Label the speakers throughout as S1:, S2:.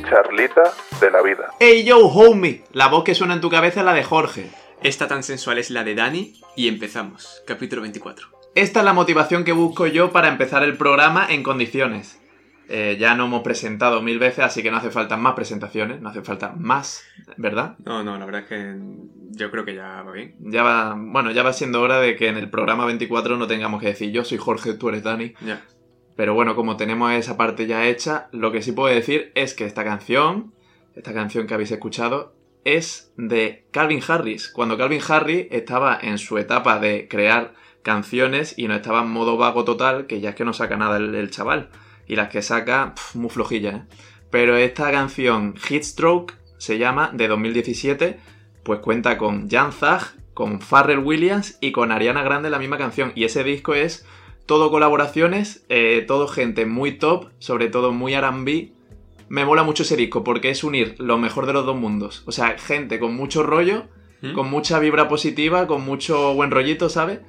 S1: facilita de la vida.
S2: Hey yo, homie. La voz que suena en tu cabeza es la de Jorge.
S3: Esta tan sensual es la de Dani y empezamos. Capítulo 24.
S2: Esta es la motivación que busco yo para empezar el programa en condiciones. Eh, ya no hemos presentado mil veces, así que no hace falta más presentaciones, no hace falta más, ¿verdad?
S3: No, no, la verdad es que yo creo que ya va bien.
S2: Ya va, bueno, ya va siendo hora de que en el programa 24 no tengamos que decir yo soy Jorge, tú eres Dani.
S3: Ya.
S2: Pero bueno, como tenemos esa parte ya hecha, lo que sí puedo decir es que esta canción, esta canción que habéis escuchado, es de Calvin Harris. Cuando Calvin Harris estaba en su etapa de crear canciones y no estaba en modo vago total, que ya es que no saca nada el, el chaval. Y las que saca, pf, muy flojillas. ¿eh? Pero esta canción, Heatstroke, se llama de 2017, pues cuenta con Jan Zag, con Farrell Williams y con Ariana Grande la misma canción. Y ese disco es todo colaboraciones, eh, todo gente muy top, sobre todo muy RB. Me mola mucho ese disco porque es unir lo mejor de los dos mundos. O sea, gente con mucho rollo,
S3: ¿Mm?
S2: con mucha vibra positiva, con mucho buen rollito, ¿sabes?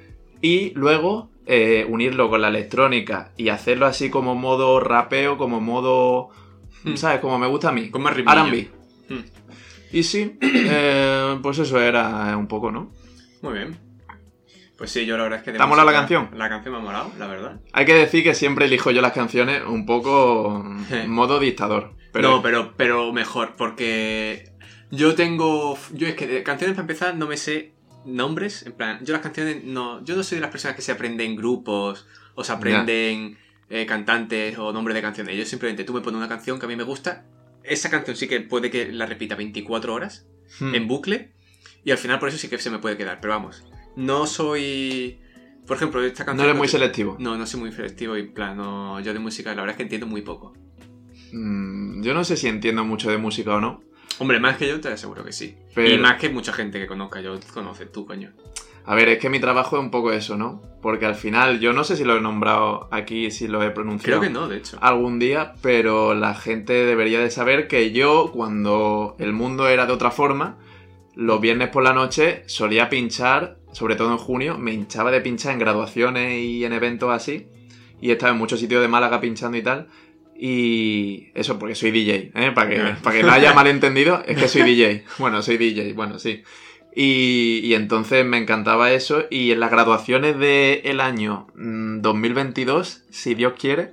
S2: Y luego eh, unirlo con la electrónica y hacerlo así como modo rapeo, como modo.
S3: Hmm.
S2: ¿Sabes? Como me gusta a mí.
S3: Con más ritmo.
S2: RB.
S3: Hmm.
S2: Y sí, eh, pues eso era eh, un poco, ¿no?
S3: Muy bien. Pues sí, yo la verdad es que... de
S2: ¿Te ha molado
S3: música-
S2: la canción?
S3: La canción me ha molado, la verdad.
S2: Hay que decir que siempre elijo yo las canciones un poco mm, modo dictador. Pero,
S3: No, pero, pero mejor, porque yo tengo... Yo es que de canciones para empezar no me sé nombres, en plan, yo las canciones no... Yo no soy de las personas que se aprenden grupos o se aprenden eh, cantantes o nombres de canciones. Yo simplemente, tú me pones una canción que a mí me gusta, esa canción sí que puede que la repita 24 horas,
S2: Mm.
S3: en bucle y al final por eso sí que se me puede quedar, pero vamos, no soy... Por ejemplo, esta
S2: no
S3: canción...
S2: eres muy
S3: te-
S2: selectivo.
S3: No, no soy muy selectivo y en plan, no, yo de música la verdad es que entiendo muy poco.
S2: Mm, yo no sé si entiendo mucho de música o no.
S3: Hombre, más que yo te aseguro que sí.
S2: Pero-
S3: Y más que mucha gente que conozca, yo conoces tú, coño.
S2: A ver, es que mi trabajo es un poco eso, ¿no? Porque al final, yo no sé si lo he nombrado aquí, si lo he
S3: Creo
S2: pronunciado.
S3: que no, de hecho.
S2: algún día, pero la gente debería de saber que yo, cuando el mundo era de otra forma, los viernes por la noche solía pinchar, sobre todo en junio, me hinchaba de pinchar en graduaciones y en eventos así, y estaba en muchos sitios de Málaga pinchando y tal. Y eso porque soy DJ, ¿eh? para que,
S3: Ya.
S2: para que no haya malentendido, es que soy DJ. Bueno, soy DJ, bueno, sí. Y, y entonces me encantaba eso. Y en las graduaciones del año mm, 2022, si Dios quiere,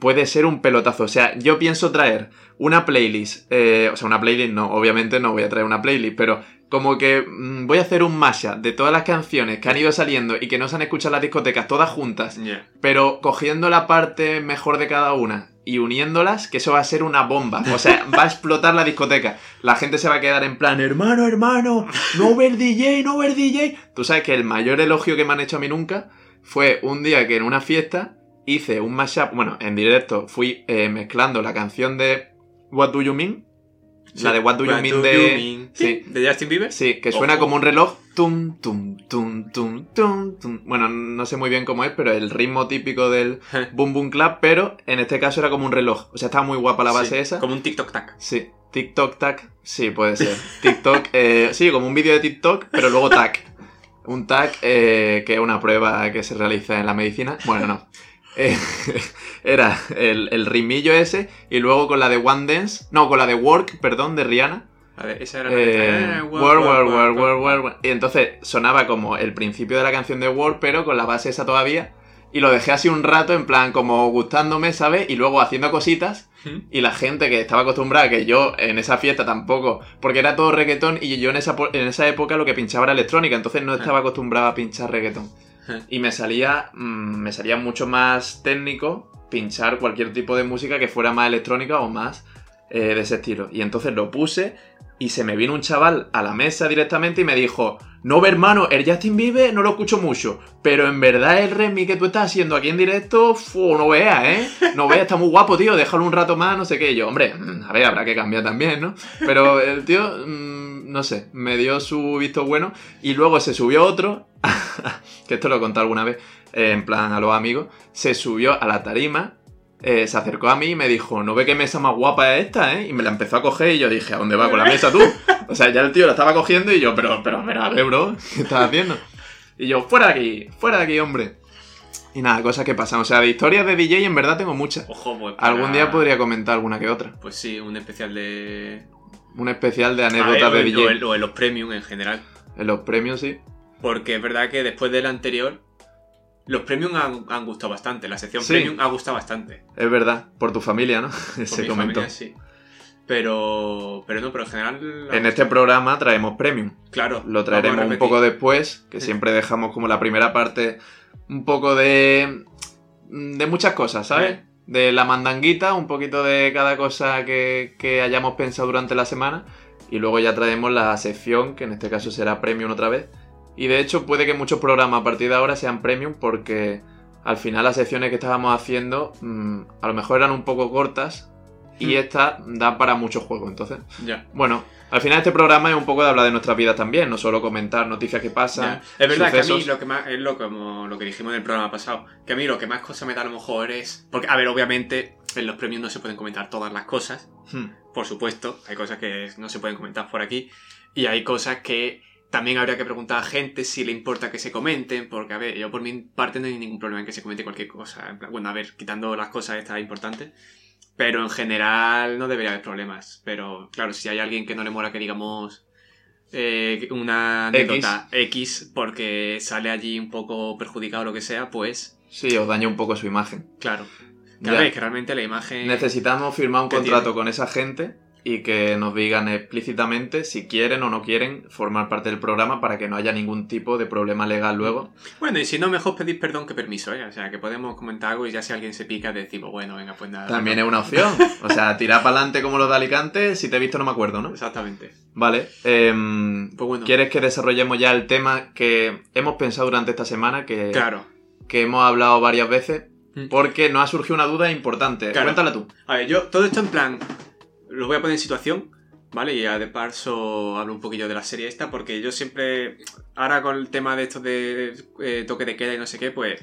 S2: puede ser un pelotazo. O sea, yo pienso traer una playlist. eh, o sea, una playlist no, obviamente no voy a traer una playlist, pero como que mm, voy a hacer un mashup de todas las canciones que han ido saliendo y que no se han escuchado en las discotecas, todas juntas,
S3: Ya.
S2: pero cogiendo la parte mejor de cada una y uniéndolas, que eso va a ser una bomba. O sea, va a explotar la discoteca. La gente se va a quedar en plan, hermano, hermano, no ver DJ, no ver DJ. Tú sabes que el mayor elogio que me han hecho a mí nunca fue un día que en una fiesta hice un mashup, bueno, en directo fui eh, mezclando la canción de What Do You Mean, la
S3: Sí.
S2: de What Do You
S3: What
S2: Mean de... sí.
S3: de Justin Bieber.
S2: Sí, que suena
S3: Ojo.
S2: como un reloj. Tum, tum, tum, tum, tum, tum. Bueno, no sé muy bien cómo es, pero el ritmo típico del boom boom clap, pero en este caso era como un reloj. O sea, estaba muy guapa la base
S3: Sí,
S2: esa.
S3: Como un TikTok tac.
S2: Sí. TikTok tac. Sí, puede ser. TikTok, eh, sí, como un vídeo de TikTok, pero luego tac. Un tac eh, que es una prueba que se realiza en la medicina. Bueno, no. Eh, era el, el rimillo ese y luego con la de One Dance, no, con la de Work, perdón, de Rihanna.
S3: A ver, esa era la letra.
S2: Eh,
S3: Ah,
S2: World,
S3: wow, wow,
S2: World, World,
S3: wow, wow.
S2: World, World, World. Y entonces sonaba como el principio de la canción de World, pero con la base esa todavía. Y lo dejé así un rato, en plan, como gustándome, ¿sabes? Y luego haciendo cositas.
S3: ¿Mm?
S2: Y la gente que estaba acostumbrada, que yo en esa fiesta tampoco, porque era todo reggaetón y yo en esa, po- en esa época lo que pinchaba era electrónica, entonces no estaba acostumbrado a pinchar reggaetón.
S3: Ah.
S2: Y me salía, mm, me salía mucho más técnico pinchar cualquier tipo de música que fuera más electrónica o más eh, de ese estilo. Y entonces lo puse y se me vino un chaval a la mesa directamente y me dijo, no, ve, hermano, el Justin Bieber no lo escucho mucho, pero en verdad el remix que tú estás haciendo aquí en directo, fu, no veas, ¿eh? No veas, está muy guapo, tío, déjalo un rato más, no sé qué. Y yo, hombre, mm, a ver, habrá que cambiar también, ¿no? Pero el tío, mm, no sé, me dio su visto bueno y luego se subió otro, que esto lo he contado alguna vez, eh, en plan a los amigos, se subió a la tarima eh, se acercó a mí y me dijo, ¿no ve qué mesa más guapa es esta, eh? Y me la empezó a coger y yo dije, ¿a dónde va con la mesa tú? O sea, ya el tío la estaba cogiendo y yo, pero, pero, pero, a ver, bro, ¿qué estás haciendo? Y yo, fuera de aquí, fuera de aquí, hombre. Y nada, cosas que pasan. O sea, de historias de DJ en verdad tengo muchas.
S3: Ojo, pues. para-
S2: Algún día podría comentar alguna que otra.
S3: Pues sí, un especial de.
S2: Un especial de
S3: Ah,
S2: anécdotas
S3: o
S2: de
S3: en-
S2: DJ.
S3: o en- o en los premium en general.
S2: En los premios, sí.
S3: Porque es verdad que después del anterior, los premium han, han gustado bastante. La sección
S2: Sí.
S3: premium ha gustado bastante.
S2: Es verdad. Por tu familia, ¿no?
S3: Por
S2: Se
S3: mi
S2: comentó.
S3: familia, sí. Pero, pero no, pero en general.
S2: En este programa traemos premium.
S3: claro,
S2: Lo traeremos un poco después, que
S3: Sí.
S2: siempre dejamos como la primera parte un poco de. mm, de muchas cosas, ¿sabes?
S3: Sí.
S2: De la mandanguita, un poquito de cada cosa que, que hayamos pensado durante la semana. Y luego ya traemos la sección, que en este caso será premium otra vez. Y de hecho, puede que muchos programas a partir de ahora sean premium, porque al final las secciones que estábamos haciendo mm, a lo mejor eran un poco cortas. Y
S3: Mm.
S2: esta da para mucho juego, entonces.
S3: Ya,
S2: Bueno, al final este programa es un poco de hablar de nuestras vidas también, no solo comentar noticias que pasan.
S3: ya. Es verdad que a mí
S2: sucesos.
S3: lo que más. Es lo, como lo que dijimos en el programa pasado. Que a mí lo que más cosa me da a lo mejor es. Porque, a ver, obviamente, en los premium no se pueden comentar todas las cosas.
S2: Hmm.
S3: por supuesto, hay cosas que no se pueden comentar por aquí y hay cosas que también habría que preguntar a gente si le importa que se comenten, porque a ver, yo por mi parte no hay ningún problema en que se comente cualquier cosa, en plan, bueno, a ver, quitando las cosas estas importantes, pero en general no debería haber problemas, pero claro, si hay alguien que no le mola que digamos eh, una
S2: X.
S3: anécdota X porque sale allí un poco perjudicado o lo que sea, pues
S2: Sí, os daña un poco su imagen.
S3: claro. Que,
S2: Ya.
S3: a ver, que realmente la imagen...
S2: Necesitamos firmar un
S3: ¿Qué
S2: contrato
S3: tiene?
S2: con esa gente y que nos digan explícitamente si quieren o no quieren formar parte del programa para que no haya ningún tipo de problema legal luego.
S3: Bueno, y si no, mejor pedís perdón que permiso, ¿eh? O sea, que podemos comentar algo y ya si alguien se pica, decimos, bueno, venga, pues nada.
S2: También es
S3: perdón.
S2: una opción. O sea, tirar para adelante como los de Alicante, si te he visto no me acuerdo, ¿no?
S3: Exactamente.
S2: Vale. em,
S3: Pues bueno,
S2: ¿Quieres que desarrollemos ya el tema que hemos pensado durante esta semana? Que,
S3: claro.
S2: que hemos hablado varias veces,
S3: Mm.
S2: porque nos ha surgido una duda importante.
S3: Claro.
S2: Cuéntala tú.
S3: A ver, yo todo esto en plan, lo voy a poner en situación, ¿vale? Y ya de paso hablo un poquillo de la serie esta, porque yo siempre, ahora con el tema de esto de eh, toque de queda y no sé qué, pues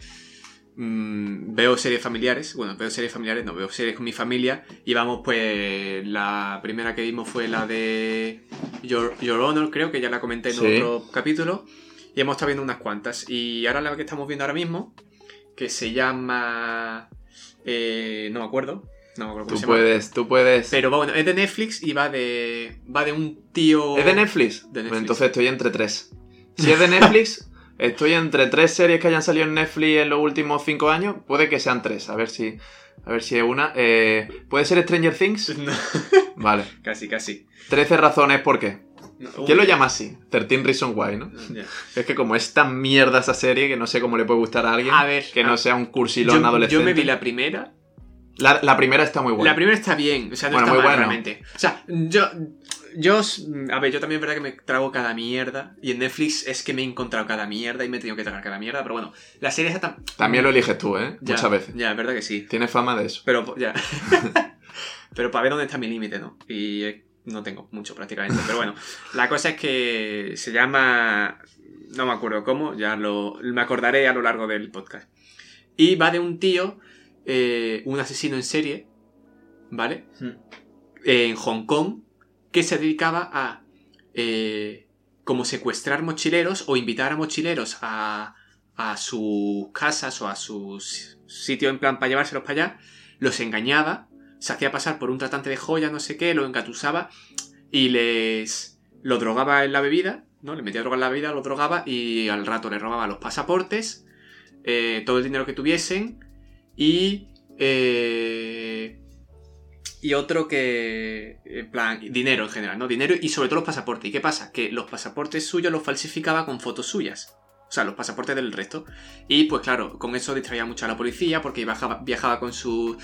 S3: mm, veo series familiares, bueno, veo series familiares, no, veo series con mi familia, y vamos, pues la primera que vimos fue la de Your, Your Honor, creo que ya la comenté en
S2: Sí.
S3: otro capítulo, y hemos estado viendo unas cuantas, y ahora la que estamos viendo ahora mismo, que se llama... eh, no me acuerdo. No me
S2: Tú
S3: acuerdo cómo Pues se llama.
S2: puedes, tú puedes.
S3: Pero bueno, es de Netflix y va de. Va de un tío.
S2: ¿Es de Netflix? Pues
S3: De Netflix.
S2: Entonces estoy entre tres. Si es de Netflix, estoy entre tres series que hayan salido en Netflix en los últimos cinco años. Puede que sean tres, a ver si, a ver si es una. Eh, ¿Puede ser Stranger Things?
S3: No,
S2: Vale.
S3: casi, casi.
S2: Trece razones por qué.
S3: No,
S2: ¿Quién lo
S3: uy.
S2: llama así? 13 Reason Why, ¿no?
S3: Ya.
S2: Es que como es tan mierda esa serie que no sé cómo le puede gustar a alguien
S3: A ver,
S2: que no
S3: a-
S2: sea un
S3: Yo,
S2: cursilón adolescente.
S3: yo me vi la primera.
S2: La- la primera está muy buena.
S3: La primera está bien, o sea, no
S2: Bueno,
S3: está
S2: muy
S3: mal
S2: bueno.
S3: realmente. O sea, yo. Yo. A ver, yo también es verdad que me trago cada mierda. Y en Netflix es que me he encontrado cada mierda y me he tenido que tragar cada mierda. Pero bueno, la serie está tan.
S2: También lo eliges tú, ¿eh?
S3: Ya,
S2: Muchas veces.
S3: Ya, es verdad que sí.
S2: Tienes fama de eso.
S3: Pero po- ya. pero para ver dónde está mi límite, ¿no? Y eh, no tengo mucho prácticamente. Pero bueno, la cosa es que se llama. No me acuerdo cómo, ya lo. Me acordaré a lo largo del podcast. Y va de un tío, eh, un asesino en serie, ¿vale? en Hong Kong que se dedicaba a eh, como secuestrar mochileros o invitar a mochileros a, a sus casas o a sus sitios en plan para llevárselos para allá, los engañaba, se hacía pasar por un tratante de joya, no sé qué, lo engatusaba y les lo drogaba en la bebida, ¿no? Le metía droga en la bebida, lo drogaba y al rato le robaba los pasaportes, eh, todo el dinero que tuviesen y... eh, y otro que, en plan, dinero en general, ¿no? Dinero y sobre todo los pasaportes. ¿Y qué pasa? Que los pasaportes suyos los falsificaba con fotos suyas. O sea, los pasaportes del resto. Y pues claro, con eso distraía mucho a la policía porque viajaba, viajaba con sus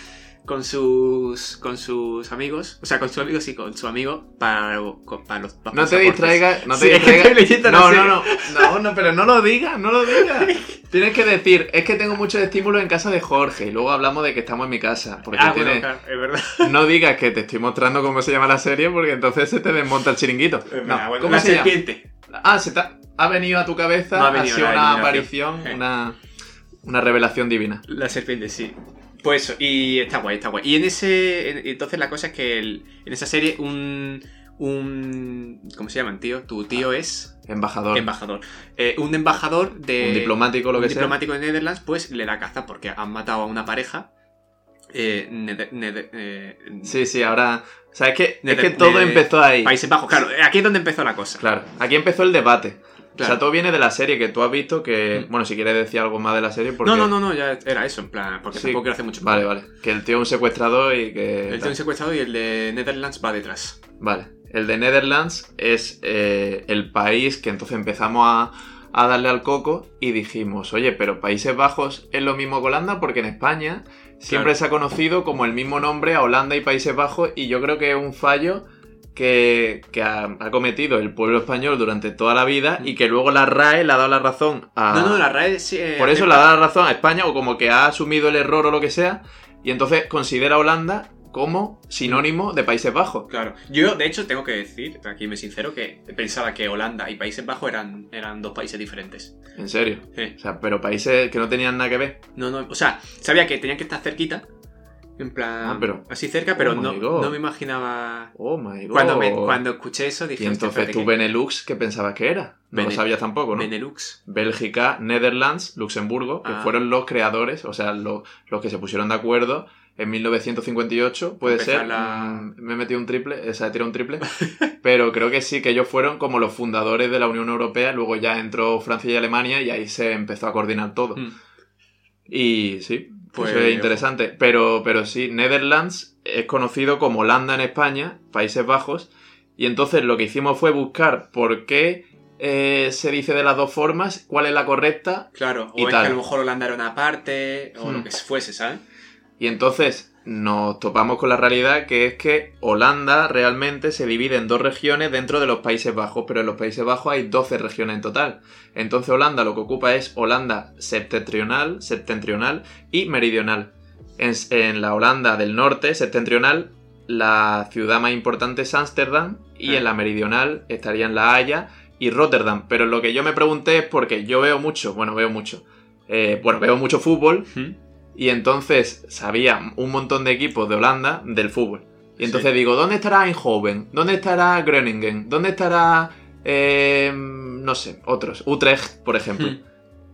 S3: con sus con sus amigos, o sea, con sus amigos y con su amigo para, con- para los para
S2: No te
S3: pasaportes.
S2: distraigas, no te
S3: Sí, es que
S2: distraigas.
S3: estoy leyendo la
S2: No,
S3: serie.
S2: no, no, no, no, pero no lo digas, no lo digas. Tienes que decir, es que tengo muchos estímulos en casa de Jorge y luego hablamos de que estamos en mi casa. Porque
S3: Ah, bueno,
S2: tienes-
S3: claro, es verdad.
S2: no digas que te estoy mostrando cómo se llama la serie porque entonces se te desmonta el chiringuito.
S3: Es verdad,
S2: No,
S3: bueno,
S2: ¿Cómo
S3: la
S2: se llama?
S3: serpiente.
S2: Ah, se te ha, ha venido a tu cabeza,
S3: No ha
S2: ha,
S3: venido
S2: sido
S3: la
S2: una
S3: iluminación.
S2: aparición,
S3: Eh.
S2: una, una revelación divina.
S3: La serpiente, sí. Pues eso, y está guay, está guay. Y en ese. en- entonces la cosa es que el- en esa serie un, un... ¿Cómo se llaman, tío? Tu tío es...
S2: Embajador.
S3: Embajador. Eh, un embajador de...
S2: Un diplomático, lo
S3: eh, un
S2: que sea.
S3: diplomático de Netherlands, pues le da caza porque han matado a una pareja. Eh, Ned- Ned- eh,
S2: Sí, sí, ahora. O sea, es que, es
S3: Nether-
S2: que todo
S3: Nether-
S2: empezó ahí.
S3: Países Bajos, claro, aquí es donde empezó la cosa.
S2: Claro, aquí empezó el debate. O sea,
S3: Claro.
S2: todo viene de la serie que tú has visto. Que,
S3: Mm.
S2: bueno, si quieres decir algo más de la serie, porque.
S3: No, no, no, no, ya era eso, en plan, porque
S2: Sí.
S3: tampoco quiero hacer mucho.
S2: Vale, vale. Que el tío es un secuestrador y que.
S3: El
S2: tal.
S3: tío es secuestrado y el de Netherlands va detrás.
S2: Vale. El de Netherlands es eh, el país que entonces empezamos a, a darle al coco y dijimos, oye, pero Países Bajos es lo mismo que Holanda porque en España siempre
S3: Claro.
S2: se ha conocido como el mismo nombre a Holanda y Países Bajos y yo creo que es un fallo que, que ha, ha cometido el pueblo español durante toda la vida y que luego la RAE le ha dado la razón a...
S3: No, no, la RAE sí. eh,
S2: Ah. Por eso le
S3: acepta-
S2: ha dado la razón a España o como que ha asumido el error o lo que sea y entonces considera a Holanda como sinónimo de Países Bajos.
S3: Claro. Yo, de hecho, tengo que decir, aquí me sincero, que pensaba que Holanda y Países Bajos eran, eran dos países diferentes.
S2: En serio.
S3: Eh,
S2: O sea, pero países que no tenían nada que ver.
S3: No, no, o sea, sabía que tenían que estar cerquita. En plan.
S2: Ah, pero-
S3: Así cerca, pero
S2: Oh my
S3: no,
S2: God.
S3: no me imaginaba.
S2: Oh my god.
S3: Cuando, me- cuando escuché eso dije.
S2: y
S3: "Hostia,
S2: entonces
S3: espérate,
S2: tú
S3: que-
S2: Benelux, ¿qué pensabas que era? No
S3: Bene-
S2: lo sabías tampoco, ¿no?
S3: Benelux.
S2: Bélgica, Netherlands, Luxemburgo, que
S3: Ah.
S2: fueron los creadores, o sea, lo- los que se pusieron de acuerdo en 1958, puede
S3: Empezar
S2: ser.
S3: la-
S2: mm, Me he metido un triple, esa he tirado un triple. pero creo que sí, que ellos fueron como los fundadores de la Unión Europea, luego ya entró Francia y Alemania y ahí se empezó a coordinar todo.
S3: Mm.
S2: Y sí,
S3: Pues-
S2: eso es interesante. Pero, pero sí, Netherlands es conocido como Holanda en España, Países Bajos. Y entonces lo que hicimos fue buscar por qué eh, se dice de las dos formas, cuál es la correcta.
S3: Claro, o
S2: Y
S3: es
S2: tal.
S3: que a lo mejor Holanda era una parte, o
S2: Hmm.
S3: lo que fuese, ¿sabes?
S2: Y entonces nos topamos con la realidad que es que Holanda realmente se divide en dos regiones dentro de los Países Bajos, pero en los Países Bajos hay 12 regiones en total. Entonces Holanda lo que ocupa es Holanda septentrional, septentrional y meridional. En, en la Holanda del norte, septentrional, la ciudad más importante es Ámsterdam y
S3: Ah.
S2: en la meridional estarían La Haya y Rotterdam. Pero lo que yo me pregunté es porque yo veo mucho, bueno, veo mucho, eh, bueno, veo mucho fútbol y entonces sabía un montón de equipos de Holanda del fútbol. Y entonces digo, ¿dónde estará Eindhoven? ¿Dónde estará Groningen? ¿Dónde estará, eh, no sé, otros? Utrecht, por ejemplo.
S3: Hmm.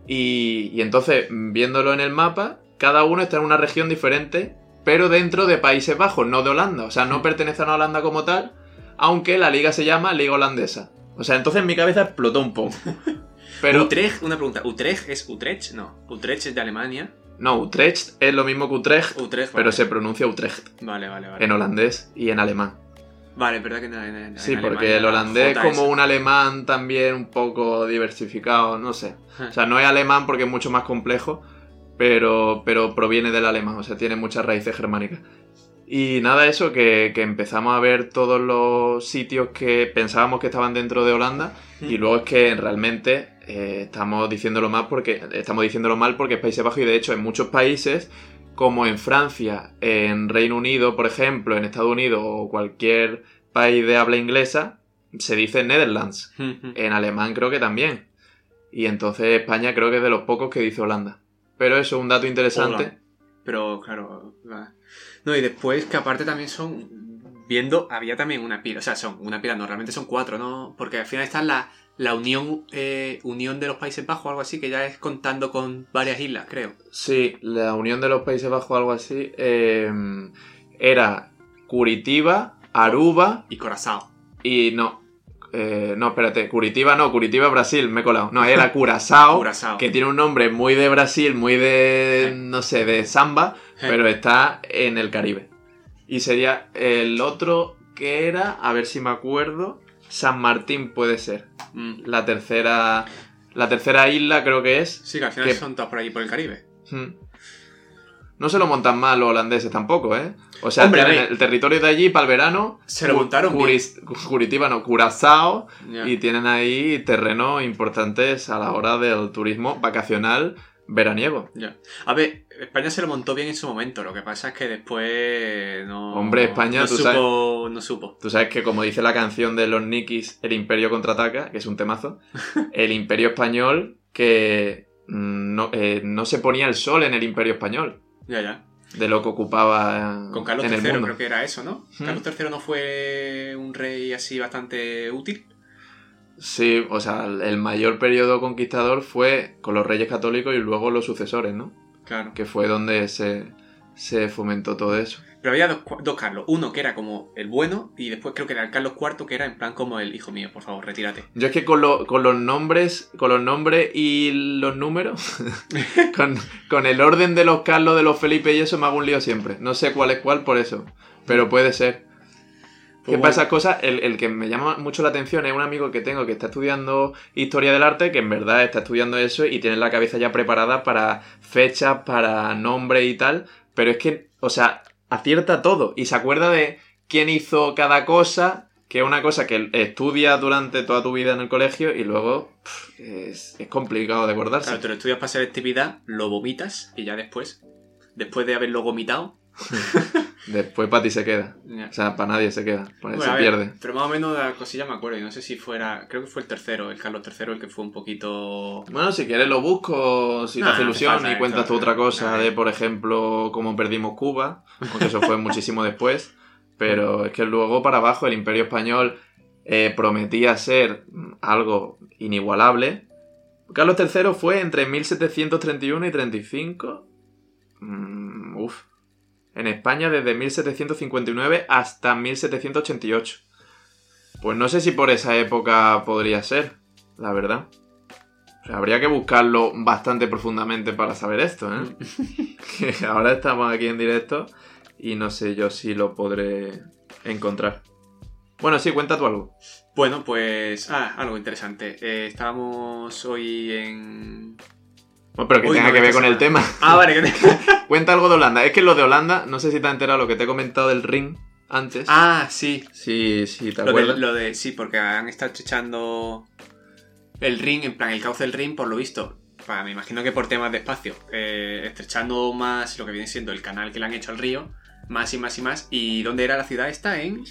S2: Y, y entonces, viéndolo en el mapa, cada uno está en una región diferente, pero dentro de Países Bajos, no de Holanda. O sea, no
S3: Mm.
S2: pertenecen a Holanda como tal, aunque la liga se llama Liga Holandesa. O sea, entonces mi cabeza explotó un poco. Pero,
S3: Utrecht, una pregunta. ¿Utrecht es Utrecht? No. Utrecht es de Alemania.
S2: no, Utrecht es lo mismo que Utrecht,
S3: Utrecht, vale.
S2: pero se pronuncia Utrecht.
S3: Vale, vale, vale.
S2: en holandés y en alemán.
S3: Vale, es verdad que en, en- en
S2: Sí,
S3: Alemania
S2: porque el
S3: la
S2: holandés
S3: J
S2: es como
S3: esa.
S2: un alemán también un poco diversificado, no sé.
S3: Ja.
S2: O sea, no es alemán porque es mucho más complejo, pero, pero proviene del alemán, o sea, tiene muchas raíces germánicas. Y nada, eso, que, que empezamos a ver todos los sitios que pensábamos que estaban dentro de Holanda y luego es que realmente eh, estamos diciéndolo mal porque estamos diciéndolo mal porque es Países Bajos y de hecho en muchos países como en Francia, en Reino Unido, por ejemplo, en Estados Unidos o cualquier país de habla inglesa, se dice Netherlands.
S3: Mm, mm.
S2: En alemán creo que también. Y entonces España creo que es de los pocos que dice Holanda. Pero eso es un dato interesante.
S3: Hola. Pero claro, va. no, y después que aparte también son, viendo, había también una pila, o sea, son una pila, no, realmente son cuatro, ¿no? Porque al final está la, la Unión eh, Unión de los Países Bajos o algo así, que ya es contando con varias islas, creo.
S2: Sí, la Unión de los Países Bajos, algo así, eh, era Curitiba, Aruba
S3: Y Corazao.
S2: y no. eh, no, espérate, Curitiba no, Curitiba Brasil, me he colado. No, era Curazao.
S3: Curazao.
S2: que tiene un nombre muy de Brasil, muy de,
S3: Sí.
S2: no sé, de samba, pero está en el Caribe. Y sería el otro que era, a ver si me acuerdo, San Martín puede ser.
S3: Mm.
S2: La tercera, la tercera isla creo que es.
S3: Sí, que al final
S2: que-
S3: son todas por ahí, por el Caribe.
S2: Hmm. No se lo montan mal los holandeses tampoco, ¿eh? O sea,
S3: Hombre, a
S2: tienen
S3: ver.
S2: el territorio de allí para el verano.
S3: Se lo
S2: Cu-
S3: montaron bien.
S2: Curis- Curitiba, no, Curazao.
S3: Ya.
S2: Y tienen ahí terrenos importantes a la hora del turismo vacacional veraniego.
S3: A ver, España se lo montó bien en su momento, lo que pasa es que después no...
S2: Hombre, España,
S3: no
S2: tú
S3: supo, No supo.
S2: Tú sabes que, como dice la canción de los Nikis, El Imperio contraataca, que es un temazo, el Imperio español que mm, no, eh, no se ponía el sol en el Imperio español.
S3: Ya, ya.
S2: de lo que ocupaba
S3: Con Carlos
S2: en el
S3: III
S2: mundo.
S3: creo que era eso, ¿no?
S2: Hmm.
S3: Carlos III no fue un rey así bastante útil.
S2: Sí, o sea, el el mayor periodo conquistador fue con los reyes católicos y luego los sucesores, ¿no?
S3: Claro.
S2: Que fue donde se, se fomentó todo eso.
S3: Pero había dos, cua- dos Carlos. Uno que era como el bueno y después creo que era el Carlos IV que era en plan como el hijo mío, por favor, retírate.
S2: Yo es que con, lo- con los nombres, con los nombres y los números, con, con el orden de los Carlos, de los Felipe y eso me hago un lío siempre. No sé cuál es cuál por eso, pero puede ser.
S3: Pues
S2: que
S3: bueno.
S2: para esas cosas, el, el que me llama mucho la atención es un amigo que tengo que está estudiando historia del arte, que en verdad está estudiando eso y tiene la cabeza ya preparada para fechas, para nombres y tal, pero es que, o sea, acierta todo y se acuerda de quién hizo cada cosa, que es una cosa que estudias durante toda tu vida en el colegio y luego pff, es, es complicado de acordarse.
S3: Claro, te lo estudias para hacer actividad, lo vomitas y ya después, después de haberlo vomitado,
S2: Después para ti se queda.
S3: ya.
S2: O sea, para nadie se queda, para
S3: Bueno,
S2: se
S3: a ver,
S2: pierde.
S3: Pero más o menos la cosilla me acuerdo. Y no sé si fuera. Creo que fue el tercero, el Carlos III, el que fue un poquito.
S2: Bueno, si quieres lo busco, si
S3: Nah,
S2: te hace
S3: no
S2: ilusión,
S3: hace falta,
S2: y cuentas tú
S3: no hace
S2: otra cosa
S3: falta.
S2: de, por ejemplo, cómo perdimos Cuba, aunque eso fue muchísimo después,
S3: Mm.
S2: pero es que luego para abajo el Imperio Español eh, prometía ser mm, algo inigualable. Carlos III fue entre 1731 y 35. Mm, uf. En España desde 1759 hasta 1788. Pues no sé si por esa época podría ser, la verdad. O sea, habría que buscarlo bastante profundamente para saber esto, ¿eh? que ahora estamos aquí en directo y no sé yo si lo podré encontrar. Bueno, sí, cuenta tú algo.
S3: Bueno, pues. Ah, algo interesante. Eh, estábamos hoy en.
S2: Bueno, pero que
S3: Uy,
S2: tenga
S3: no,
S2: que ver
S3: esta
S2: con el tema.
S3: semana. Ah, vale, que-
S2: Cuenta algo de Holanda. Es que lo de Holanda, no sé si te has enterado lo que te he comentado del ring antes.
S3: Ah, sí.
S2: Sí, sí, te
S3: Lo de,
S2: acuerdas.
S3: lo de- Sí, porque han estado echando el ring, en plan, el cauce del ring, por lo visto. pa- me imagino que por temas de espacio. eh, estrechando más lo que viene siendo el canal que le han hecho al río. Más y más y más. ¿Y dónde era la ciudad esta? En.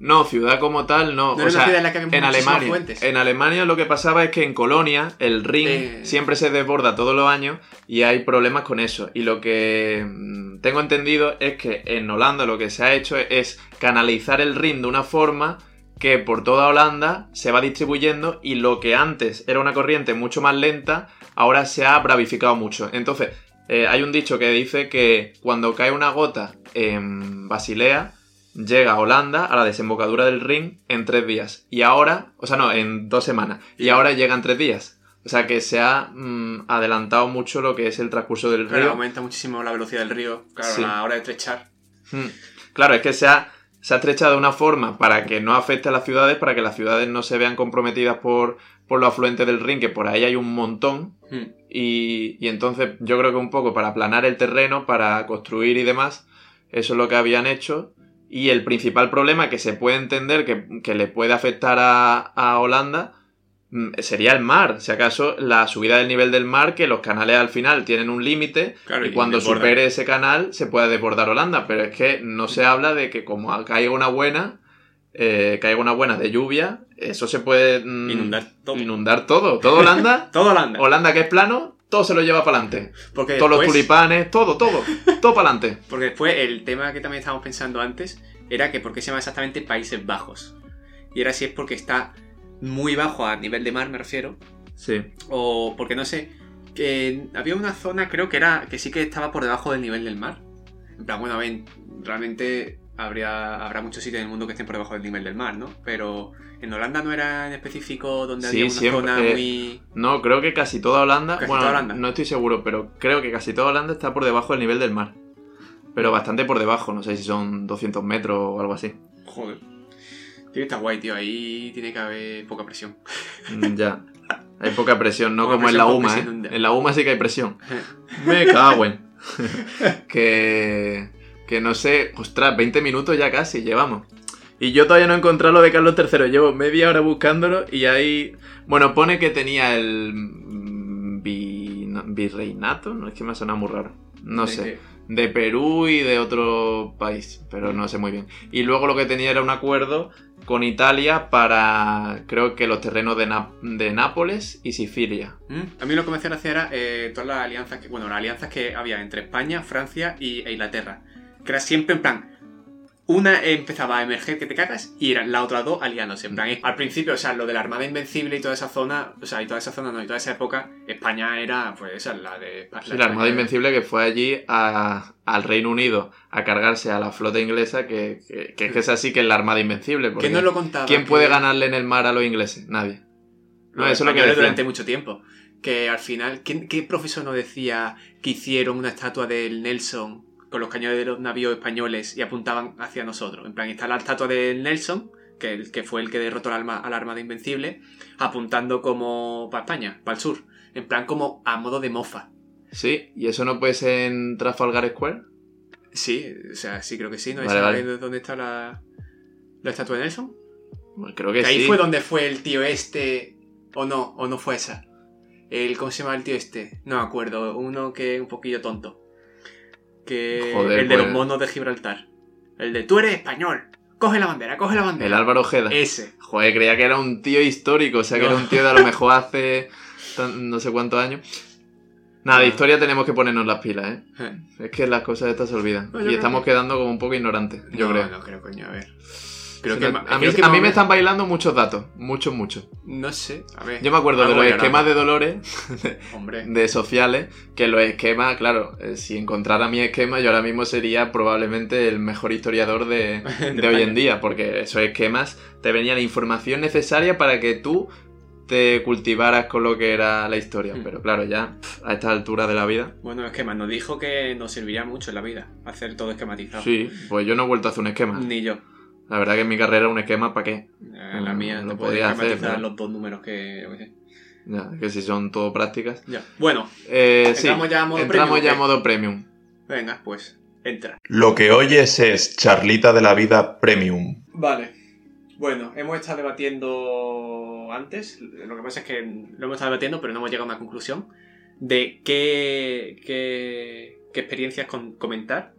S2: No, ciudad como tal, no.
S3: No
S2: o
S3: era
S2: sea,
S3: una ciudad en la que había
S2: En
S3: muchísimos
S2: Alemania,
S3: fuentes.
S2: en Alemania lo que pasaba es que en Colonia el ring
S3: Eh.
S2: siempre se desborda todos los años y hay problemas con eso. Y lo que mm, tengo entendido es que en Holanda lo que se ha hecho es, es canalizar el ring de una forma que por toda Holanda se va distribuyendo y lo que antes era una corriente mucho más lenta ahora se ha bravificado mucho. Entonces, eh, hay un dicho que dice que cuando cae una gota en Basilea, llega a Holanda, a la desembocadura del Rin, en tres días. Y ahora, o sea, no, en dos semanas. Y ahora llega en tres días. O sea que se ha mm, adelantado mucho lo que es el transcurso del
S3: Claro,
S2: río.
S3: aumenta muchísimo la velocidad del río. Claro,
S2: Sí.
S3: a la hora de estrechar.
S2: Mm. Claro, es que se ha, se ha estrechado de una forma para que no afecte a las ciudades, para que las ciudades no se vean comprometidas por, por los afluentes del Rin, que por ahí hay un montón.
S3: Hmm.
S2: Y, y entonces yo creo que un poco para aplanar el terreno, para construir y demás, eso es lo que habían hecho. Y el principal problema que se puede entender que, que le puede afectar a, a Holanda mm, sería el mar. Si acaso la subida del nivel del mar, que los canales al final tienen un límite
S3: Claro,
S2: y cuando
S3: desborda.
S2: supere ese canal se pueda desbordar Holanda. Pero es que no se habla de que como caiga una buena, eh, caiga una buena de lluvia, eso se puede mm,
S3: Inundar todo.
S2: inundar todo. Todo Holanda
S3: Todo Holanda.
S2: Holanda que es plano, todo se lo lleva para adelante.
S3: Porque
S2: Todos los
S3: después-
S2: tulipanes, todo, todo, todo para adelante.
S3: Porque después el tema que también estábamos pensando antes era que por qué se llama exactamente Países Bajos. Y era si es porque está muy bajo a nivel de mar, me refiero.
S2: Sí.
S3: O porque no sé. Que había una zona, creo que era. que sí que estaba por debajo del nivel del mar. En plan, bueno, ven, realmente habría, habrá muchos sitios en el mundo que estén por debajo del nivel del mar, ¿no? Pero en Holanda no era en específico donde
S2: Sí,
S3: había una
S2: siempre,
S3: zona
S2: eh,
S3: muy.
S2: No, creo que casi toda Holanda.
S3: Casi
S2: bueno,
S3: toda Holanda.
S2: no estoy seguro, pero creo que casi toda Holanda está por debajo del nivel del mar. Pero bastante por debajo, no sé si son 200 metros o algo así.
S3: Joder. Tiene que estar guay, tío. Ahí tiene que haber poca presión.
S2: Mm, ya. Hay poca presión, no
S3: Poca
S2: como en
S3: presión
S2: la
S3: Eh. porque
S2: UMA,
S3: se
S2: ¿eh?
S3: inunda.
S2: En la UMA sí que hay presión. Me cago en. que. Que no sé. Ostras, 20 minutos ya casi llevamos. Y yo todavía no he encontrado lo de Carlos III. Llevo media hora buscándolo y ahí. Bueno, pone que tenía el. mm, vi- no, Virreinato. No es que me ha sonado muy raro. No sé. de Perú y de otro país, pero no sé muy bien. Y luego lo que tenía era un acuerdo con Italia para, creo que los terrenos de, Na- de Nápoles y Sicilia.
S3: ¿Mm? A mí lo que me hacían hacer era eh, todas las alianzas que, bueno, las alianzas que había entre España, Francia y, e Inglaterra. Que era siempre en plan. Una empezaba a emerger que te cagas y eran las otras dos aliándose. En plan,
S2: Mm.
S3: eh, al principio, o sea, lo de la Armada Invencible y toda esa zona, o sea, y toda esa zona, no, y toda esa época, España era, pues, esa, la de.
S2: Sí, la Armada
S3: España-
S2: Invencible que fue allí a- al Reino Unido a cargarse a la flota inglesa, que, que, que es que es así que es la Armada Invencible. porque
S3: Que no lo ¿eh? contaba.
S2: ¿Quién
S3: que-
S2: puede ganarle en el mar a los ingleses? Nadie. No, eso es lo que
S3: Los españoles
S2: decían.
S3: durante mucho tiempo. Que al final, ¿quién- ¿qué, profesor nos decía que hicieron una estatua del Nelson con los cañones de los navíos españoles y apuntaban hacia nosotros? En plan, está la estatua del Nelson, que, el, que fue el que derrotó al arma, al armada invencible, apuntando como para España, para el sur. En plan, como a modo de mofa.
S2: Sí, y eso no puede ser en Trafalgar Square.
S3: Sí, o sea, sí creo que sí. ¿No
S2: Vale,
S3: ¿Esa
S2: vale.
S3: es donde está la, la estatua de Nelson?
S2: Bueno, Pues creo que,
S3: Que ahí
S2: sí.
S3: fue donde fue el tío este. O no, o no fue esa. El, ¿Cómo se llama el tío este? No me acuerdo. Uno que es un poquillo tonto. Que.
S2: Joder,
S3: el de los
S2: pues.
S3: monos de Gibraltar. El de tú eres español. Coge la bandera, coge la bandera.
S2: El Álvaro Ojeda.
S3: Ese.
S2: Joder, creía que era un tío histórico, o sea, que
S3: No.
S2: era un tío de a lo mejor hace tan- no sé cuántos años. Nada, de historia tenemos que ponernos las pilas, ¿eh? Es que las cosas estas se olvidan.
S3: No, Pues yo
S2: y
S3: creo
S2: estamos
S3: que-
S2: quedando como un poco ignorantes, yo
S3: no,
S2: creo.
S3: No, creo, coño, a ver. Creo
S2: Se nos-
S3: que, ma-
S2: a mí,
S3: creo que
S2: a
S3: más
S2: mí me
S3: o menos-
S2: están bailando muchos datos, muchos, muchos.
S3: No sé, a ver.
S2: Yo me acuerdo de
S3: Algo
S2: los
S3: llorando.
S2: esquemas de Dolores,
S3: Hombre.
S2: de sociales, que los esquemas, claro, eh, si encontrara mi esquema, yo ahora mismo sería probablemente el mejor historiador de, de hoy en día, porque esos esquemas te venía la información necesaria para que tú te cultivaras con lo que era la historia.
S3: Mm.
S2: Pero claro, ya pf, a esta altura de la vida.
S3: Bueno, esquema, nos dijo que nos serviría mucho en la vida hacer todo esquematizado.
S2: Sí, pues yo no he vuelto a hacer un esquema.
S3: Ni yo.
S2: La verdad que en mi carrera un esquema, ¿para qué?
S3: Eh, La
S2: Mm,
S3: mía,
S2: lo
S3: no
S2: podía
S3: podía
S2: hacer,
S3: esquematizar
S2: pero-
S3: los dos números que. yo qué sé.
S2: Ya, que si son todo prácticas.
S3: Ya. Bueno,
S2: Eh, sí,
S3: entramos ya a modo
S2: entramos
S3: premium,
S2: ya a
S3: ¿ok?
S2: modo premium.
S3: Venga, pues, entra.
S1: Lo que oyes es Charlita de la Vida Premium.
S3: Vale. Bueno, hemos estado debatiendo antes. Lo que pasa es que lo hemos estado debatiendo, pero no hemos llegado a una conclusión de qué, qué, qué experiencias con- comentar.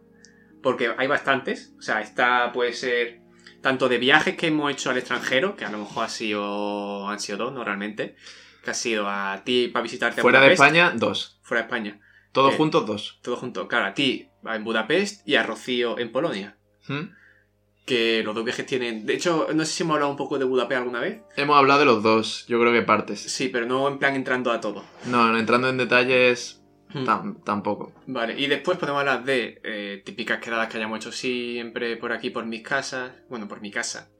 S3: Porque hay bastantes. O sea, esta puede ser tanto de viajes que hemos hecho al extranjero, que a lo mejor ha sido, han sido dos, no realmente. Que ha sido a ti para visitarte a
S2: Fuera de
S3: Budapest,
S2: España, dos.
S3: Fuera de España.
S2: Todos
S3: Eh.
S2: juntos, dos.
S3: Todo junto. Claro, a ti en Budapest y a Rocío en Polonia.
S2: ¿Mm?
S3: que los dos viajes tienen. De hecho, no sé si hemos hablado un poco de Budapest alguna vez.
S2: Hemos hablado de los dos, yo creo que partes.
S3: Sí, pero no en plan entrando a todo.
S2: No, no, entrando en detalles,
S3: Mm.
S2: tam- tampoco.
S3: Vale, y después podemos hablar de eh, típicas quedadas que hayamos hecho siempre por aquí, por mis casas. Bueno, por mi casa,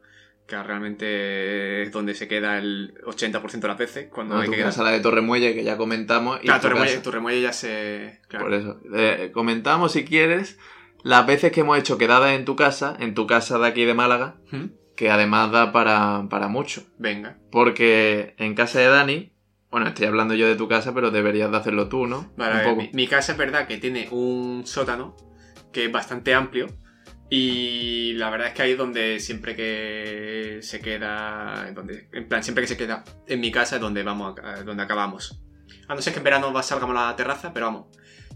S3: que realmente es donde se queda el 80% de las veces. Cuando
S2: No,
S3: hay
S2: Ah, tu
S3: que quedar.
S2: casa, la de Torremuelle, que ya comentamos. y
S3: Claro,
S2: tu
S3: Torremuelle,
S2: casa.
S3: Torremuelle ya se. claro.
S2: Por eso. Eh, comentamos, si quieres, las veces que hemos hecho quedadas en tu casa, en tu casa de aquí de Málaga,
S3: Ujú.
S2: que además da para, para mucho.
S3: Hmm. Venga.
S2: Porque en casa de Dani, bueno, estoy hablando yo de tu casa, pero deberías de hacerlo tú, ¿no?
S3: Vale,
S2: Un
S3: a ver,
S2: poco.
S3: mi, mi casa es verdad que tiene un sótano que es bastante amplio y la verdad es que ahí es donde siempre que se queda, donde, en plan, siempre que se queda en mi casa es donde, vamos a- a- donde acabamos. A no ser que en verano va- salgamos a la terraza, pero vamos.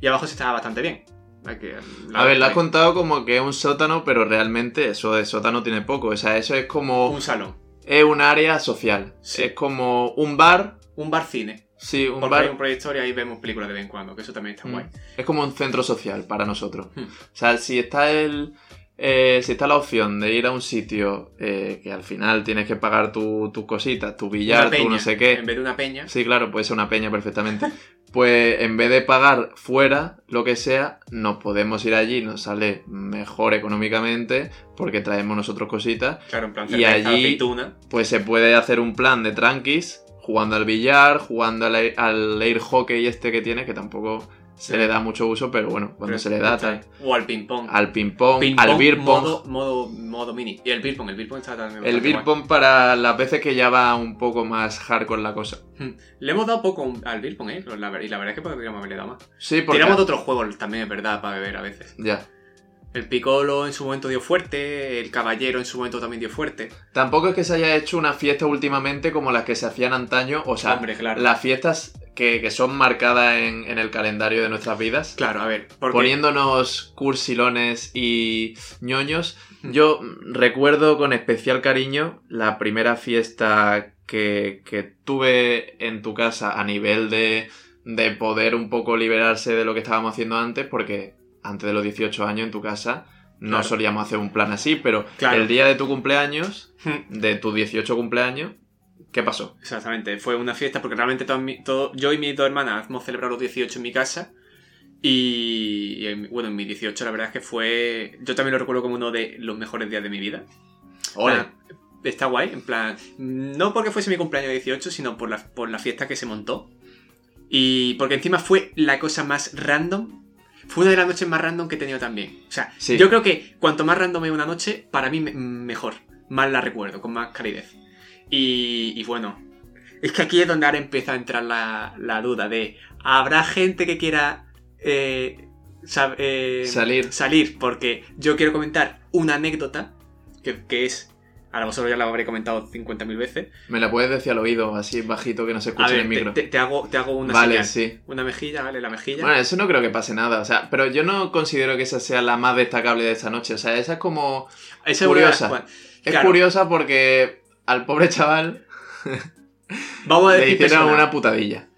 S3: Y abajo se está bastante bien. Hay que- la
S2: A ver, lo has
S3: verdad
S2: contado como que es un sótano, pero realmente eso de sótano tiene poco. O sea, eso es
S3: que-
S2: como...
S3: Un salón,
S2: Es un área social.
S3: Sí.
S2: Es como un bar.
S3: un bar cine.
S2: Sí, un
S3: porque
S2: bar.
S3: hay un proyector y ahí vemos películas de vez en cuando, que eso también está
S2: Mm.
S3: guay.
S2: Es como un centro social para nosotros.
S3: Hmm.
S2: O sea, si está el. eh, si está la opción de ir a un sitio eh, que al final tienes que pagar tu- tus cositas, tu billar,
S3: Una
S2: tu no
S3: peña,
S2: sé qué.
S3: En vez de una peña,
S2: Sí, claro, puede ser una peña perfectamente. Pues en vez de pagar fuera lo que sea, nos podemos ir allí, nos sale mejor económicamente porque traemos nosotros cositas
S3: claro, en plan
S2: Y
S3: cerveza,
S2: allí-
S3: aceituna.
S2: pues se puede hacer un plan de tranquis, jugando al billar, jugando al, air- al air hockey este que tiene, que tampoco se
S3: Sí.
S2: le da mucho uso, pero bueno, cuando
S3: pero-
S2: se le da, tal.
S3: O al ping pong.
S2: Al ping pong,
S3: Ping
S2: al
S3: pong,
S2: beer pong.
S3: Modo, modo, modo mini. Y el beer pong, el beer pong está también
S2: El
S3: bastante
S2: beer
S3: guay.
S2: pong para las veces que ya va un poco más hardcore la cosa.
S3: Le hemos dado poco al beer pong, ¿eh? La ver- y la verdad es que podríamos haberle dado más.
S2: Sí, porque...
S3: Tiramos de otros juegos también, es verdad, para beber a veces.
S2: Ya.
S3: El picolo en su momento dio fuerte, el caballero en su momento también dio fuerte.
S2: Tampoco es que se haya hecho una fiesta últimamente como las que se hacían antaño, o sea,
S3: Hombre, claro.
S2: las fiestas que, que son marcadas en, en el calendario de nuestras vidas.
S3: Claro, a ver, porque
S2: Poniéndonos cursilones y ñoños, yo recuerdo con especial cariño la primera fiesta que, que tuve en tu casa a nivel de, de poder un poco liberarse de lo que estábamos haciendo antes, porque antes de los 18 años en tu casa no
S3: Claro.
S2: solíamos hacer un plan así, pero
S3: Claro.
S2: el día de tu cumpleaños, de tu 18 cumpleaños, ¿qué pasó?
S3: Exactamente, fue una fiesta porque realmente todo mi- todo- yo y mis dos hermanas hemos celebrado los 18 en mi casa. Y, y en- bueno, en mi 18 la verdad es que fue. Yo también lo recuerdo como uno de los mejores días de mi vida.
S2: Ole.
S3: plan, Está guay, en plan. No porque fuese mi cumpleaños 18, sino por la, por la fiesta que se montó. Y porque encima fue la cosa más random. Fue una de las noches más random que he tenido también. O sea,
S2: Sí.
S3: yo creo que cuanto más random es una noche, para mí me- mejor. Más la recuerdo, con más calidez. Y, y bueno, es que aquí es donde ahora empieza a entrar la, la duda de, ¿habrá gente que quiera eh, sab- eh,
S2: Salir.
S3: salir? Porque yo quiero comentar una anécdota, que, que es, ahora vosotros ya la habré comentado 50.000 veces.
S2: Me la puedes decir al oído, así bajito que no se
S3: A
S2: escuche en el
S3: ver, te-
S2: micro.
S3: Te, te hago, te hago una
S2: vale,
S3: señal.
S2: sí.
S3: Una mejilla, ¿vale? La mejilla.
S2: Bueno, eso no creo que pase nada, o sea, pero yo no considero que esa sea la más destacable de esta noche, o sea, esa es como...
S3: Esa es una de las
S2: curiosa.
S3: cual-
S2: Es
S3: Claro.
S2: curiosa porque al pobre chaval
S3: Vamos a
S2: le
S3: decir
S2: hicieron
S3: personas.
S2: una putadilla.